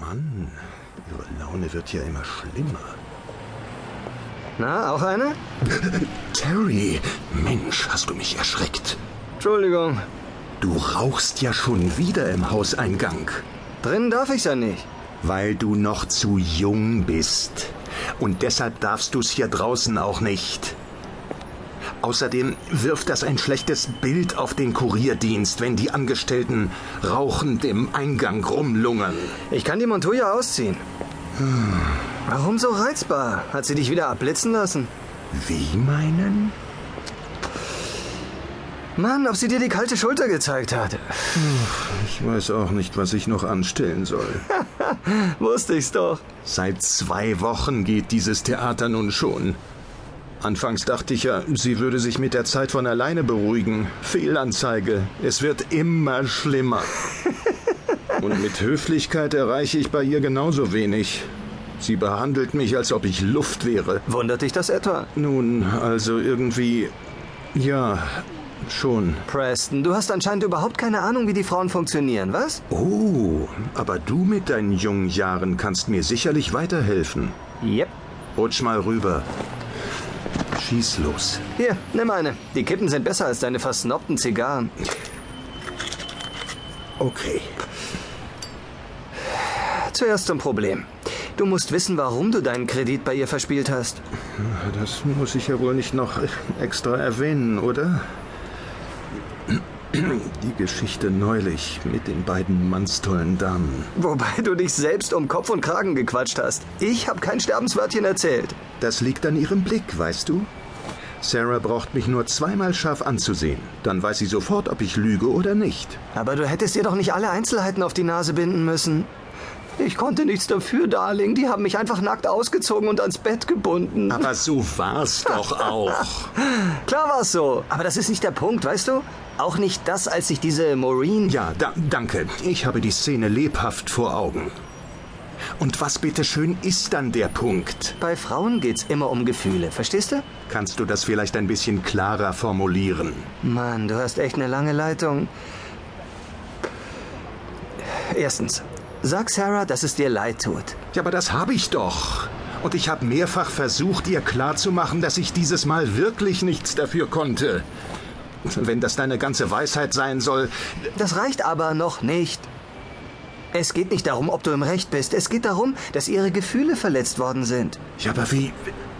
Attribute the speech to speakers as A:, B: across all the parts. A: Mann, ihre Laune wird ja immer schlimmer.
B: Na, auch eine?
A: Terry, Mensch, hast du mich erschreckt.
B: Entschuldigung.
A: Du rauchst ja schon wieder im Hauseingang,
B: Drin darf ich's ja nicht.
A: weil du noch zu jung bist. Und deshalb darfst du's hier draußen auch nicht. Außerdem wirft das ein schlechtes Bild auf den Kurierdienst, wenn die Angestellten rauchend im Eingang rumlungern.
B: Ich kann die Montuja ausziehen. Warum so reizbar? Hat sie dich wieder abblitzen lassen?
A: Wie meinen?
B: Mann, ob sie dir die kalte Schulter gezeigt hat.
A: Ich weiß auch nicht, was ich noch anstellen soll.
B: Wusste ich's doch.
A: Seit zwei Wochen geht dieses Theater nun schon. Anfangs dachte ich ja, sie würde sich mit der Zeit von alleine beruhigen. Fehlanzeige. Es wird immer schlimmer. Und mit Höflichkeit erreiche ich bei ihr genauso wenig. Sie behandelt mich, als ob ich Luft wäre.
B: Wundert dich das etwa?
A: Nun, also irgendwie. Ja, schon.
B: Preston, du hast anscheinend überhaupt keine Ahnung, wie die Frauen funktionieren, was?
A: Oh, aber du mit deinen jungen Jahren kannst mir sicherlich weiterhelfen.
B: Yep.
A: Rutsch mal rüber. Schieß los.
B: Hier, nimm eine. Die Kippen sind besser als deine versnobten Zigarren.
A: Okay.
B: Zuerst zum Problem. Du musst wissen, warum du deinen Kredit bei ihr verspielt hast.
A: Das muss ich ja wohl nicht noch extra erwähnen, oder? Die Geschichte neulich mit den beiden mannstollen Damen.
B: Wobei du dich selbst um Kopf und Kragen gequatscht hast. Ich hab kein Sterbenswörtchen erzählt.
A: Das liegt an ihrem Blick, weißt du? Sarah braucht mich nur zweimal scharf anzusehen. Dann weiß sie sofort, ob ich lüge oder nicht.
B: Aber du hättest dir doch nicht alle Einzelheiten auf die Nase binden müssen. Ich konnte nichts dafür, Darling. Die haben mich einfach nackt ausgezogen und ans Bett gebunden.
A: Aber so war's doch auch.
B: Klar war's so. Aber das ist nicht der Punkt, weißt du? Auch nicht das, als sich diese Maureen...
A: Ja, da, danke. Ich habe die Szene lebhaft vor Augen. Und was bitteschön ist dann der Punkt?
B: Bei Frauen geht's immer um Gefühle, verstehst du?
A: Kannst du das vielleicht ein bisschen klarer formulieren?
B: Mann, du hast echt eine lange Leitung. Erstens, sag Sarah, dass es dir leid tut.
A: Ja, aber das habe ich doch. Und ich habe mehrfach versucht, ihr klarzumachen, dass ich dieses Mal wirklich nichts dafür konnte. Wenn das deine ganze Weisheit sein soll.
B: Das reicht aber noch nicht. Es geht nicht darum, ob du im Recht bist. Es geht darum, dass ihre Gefühle verletzt worden sind.
A: Ja, aber wie.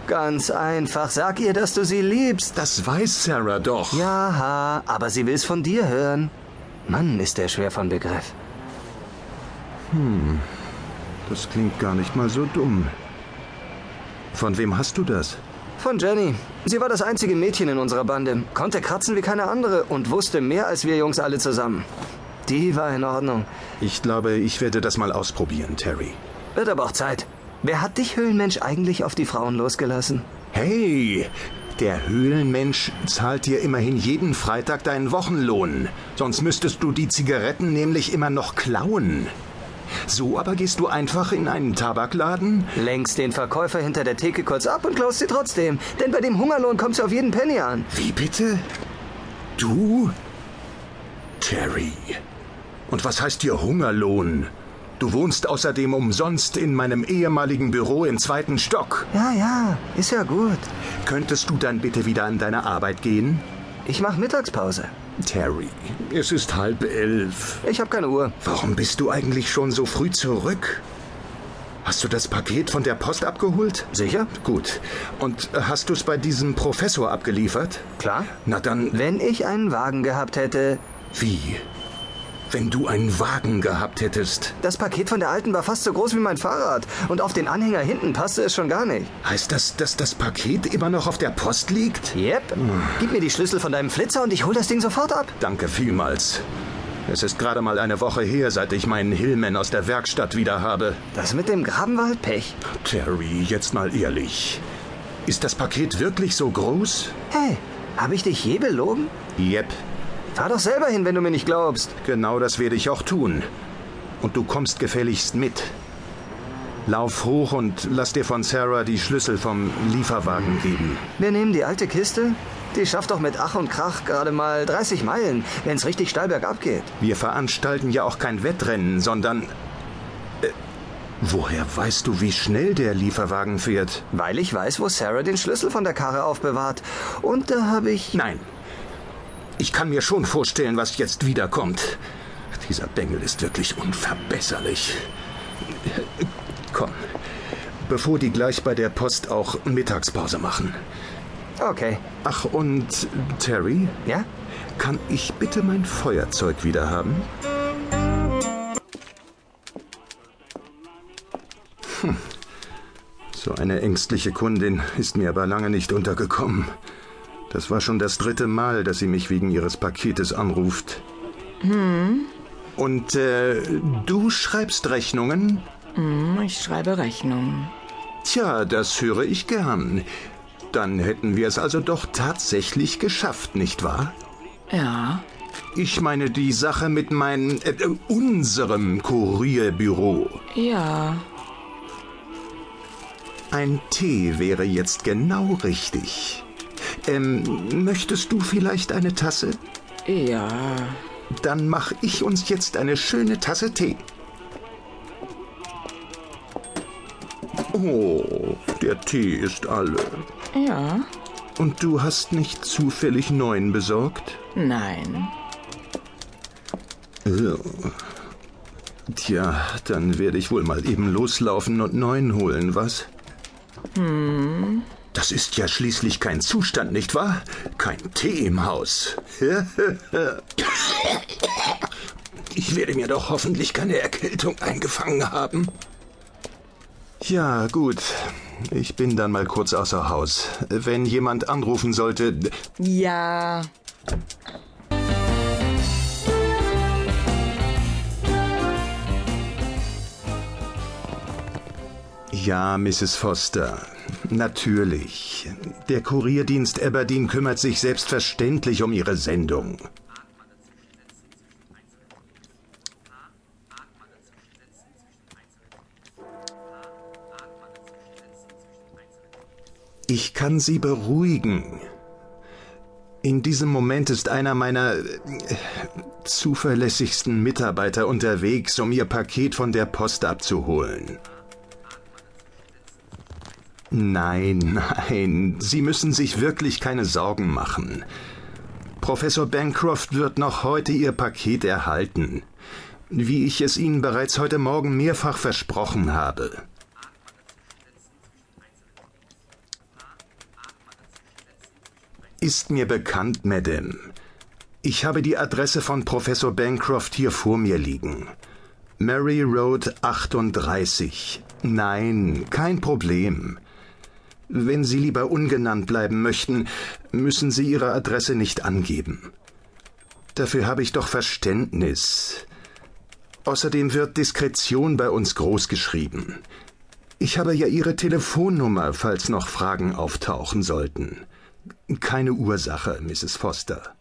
B: Ganz einfach, sag ihr, dass du sie liebst.
A: Das weiß Sarah doch.
B: Ja, aber sie will's von dir hören. Mann, ist der schwer von Begriff.
A: Das klingt gar nicht mal so dumm. Von wem hast du das?
B: Von Jenny. Sie war das einzige Mädchen in unserer Bande, konnte kratzen wie keine andere und wusste mehr als wir Jungs alle zusammen. Die war in Ordnung.
A: Ich glaube, ich werde das mal ausprobieren, Terry.
B: Wird aber auch Zeit. Wer hat dich, Höhlenmensch, eigentlich auf die Frauen losgelassen?
A: Hey, der Höhlenmensch zahlt dir immerhin jeden Freitag deinen Wochenlohn. Sonst müsstest du die Zigaretten nämlich immer noch klauen. So aber gehst du einfach in einen Tabakladen?
B: Längst den Verkäufer hinter der Theke kurz ab und klaust sie trotzdem. Denn bei dem Hungerlohn kommt sie auf jeden Penny an.
A: Wie bitte? Du? Terry. Und was heißt hier Hungerlohn? Du wohnst außerdem umsonst in meinem ehemaligen Büro im zweiten Stock.
B: Ja, ja, ist ja gut.
A: Könntest du dann bitte wieder an deine Arbeit gehen?
B: Ich mach Mittagspause.
A: Terry, es ist halb elf.
B: Ich hab keine Uhr.
A: Warum bist du eigentlich schon so früh zurück? Hast du das Paket von der Post abgeholt?
B: Sicher?
A: Gut. Und hast du es bei diesem Professor abgeliefert?
B: Klar.
A: Na dann,
B: Wenn ich einen Wagen gehabt hätte.
A: wie? Wenn du einen Wagen gehabt hättest,
B: Das Paket von der Alten war fast so groß wie mein Fahrrad. Und auf den Anhänger hinten passte es schon gar nicht.
A: heißt das, dass das Paket immer noch auf der Post liegt?
B: Yep. Gib mir die Schlüssel von deinem Flitzer und ich hol das Ding sofort ab.
A: Danke vielmals. Es ist gerade mal eine Woche her, seit ich meinen Hillman aus der Werkstatt wieder habe.
B: Das mit dem Graben war halt Pech.
A: Terry, jetzt mal ehrlich. Ist das Paket wirklich so groß?
B: Hey, habe ich dich je belogen?
A: Yep,
B: Fahr doch selber hin, wenn du mir nicht glaubst.
A: Genau das werde ich auch tun. Und du kommst gefälligst mit. Lauf hoch und lass dir von Sarah die Schlüssel vom Lieferwagen geben.
B: Wir nehmen die alte Kiste. Die schafft doch mit Ach und Krach gerade mal 30 Meilen, wenn's richtig steil bergab geht.
A: Wir veranstalten ja auch kein Wettrennen, sondern... Äh, Woher weißt du, wie schnell der Lieferwagen fährt?
B: Weil ich weiß, wo Sarah den Schlüssel von der Karre aufbewahrt. Und da habe ich.
A: Nein. Ich kann mir schon vorstellen, was jetzt wiederkommt. Dieser Bengel ist wirklich unverbesserlich. Komm, bevor die gleich bei der Post auch Mittagspause machen.
B: Okay.
A: Ach, und Terry,
B: Ja?
A: kann ich bitte mein Feuerzeug wieder haben? Hm. So eine ängstliche Kundin ist mir aber lange nicht untergekommen. Das war schon das dritte Mal, dass sie mich wegen ihres Paketes anruft. Hm. Und äh, du schreibst Rechnungen?
C: Hm, Ich schreibe Rechnungen.
A: Tja, das höre ich gern. Dann hätten wir es also doch tatsächlich geschafft, nicht wahr?
C: Ja.
A: Ich meine die Sache mit meinem, äh, äh, unserem Kurierbüro.
C: Ja.
A: Ein Tee wäre jetzt genau richtig. Ähm, möchtest du vielleicht eine Tasse?
C: Ja.
A: Dann mache ich uns jetzt eine schöne Tasse Tee. Oh, der Tee ist alle.
C: Ja.
A: Und du hast nicht zufällig neuen besorgt?
C: Nein.
A: Ja. Tja, dann werde ich wohl mal eben loslaufen und neuen holen, was? Hm. Das ist ja schließlich kein Zustand, nicht wahr? Kein Tee im Haus. ich werde mir doch hoffentlich keine Erkältung eingefangen haben. Ja, gut. Ich bin dann mal kurz außer Haus. Wenn jemand anrufen sollte,
C: Ja.
A: Ja, Mrs. Foster. Natürlich. Der Kurierdienst Aberdeen kümmert sich selbstverständlich um Ihre Sendung. Ich kann Sie beruhigen. In diesem Moment ist einer meiner äh, zuverlässigsten Mitarbeiter unterwegs, um Ihr Paket von der Post abzuholen. Nein, nein, Sie müssen sich wirklich keine Sorgen machen. Professor Bancroft wird noch heute Ihr Paket erhalten, wie ich es Ihnen bereits heute Morgen mehrfach versprochen habe. Ist mir bekannt, Madame. Ich habe die Adresse von Professor Bancroft hier vor mir liegen. Mary Road 38. Nein, kein Problem. Wenn Sie lieber ungenannt bleiben möchten, müssen Sie Ihre Adresse nicht angeben. Dafür habe ich doch Verständnis. Außerdem wird Diskretion bei uns großgeschrieben. Ich habe ja Ihre Telefonnummer, falls noch Fragen auftauchen sollten. Keine Ursache, Mrs. Foster.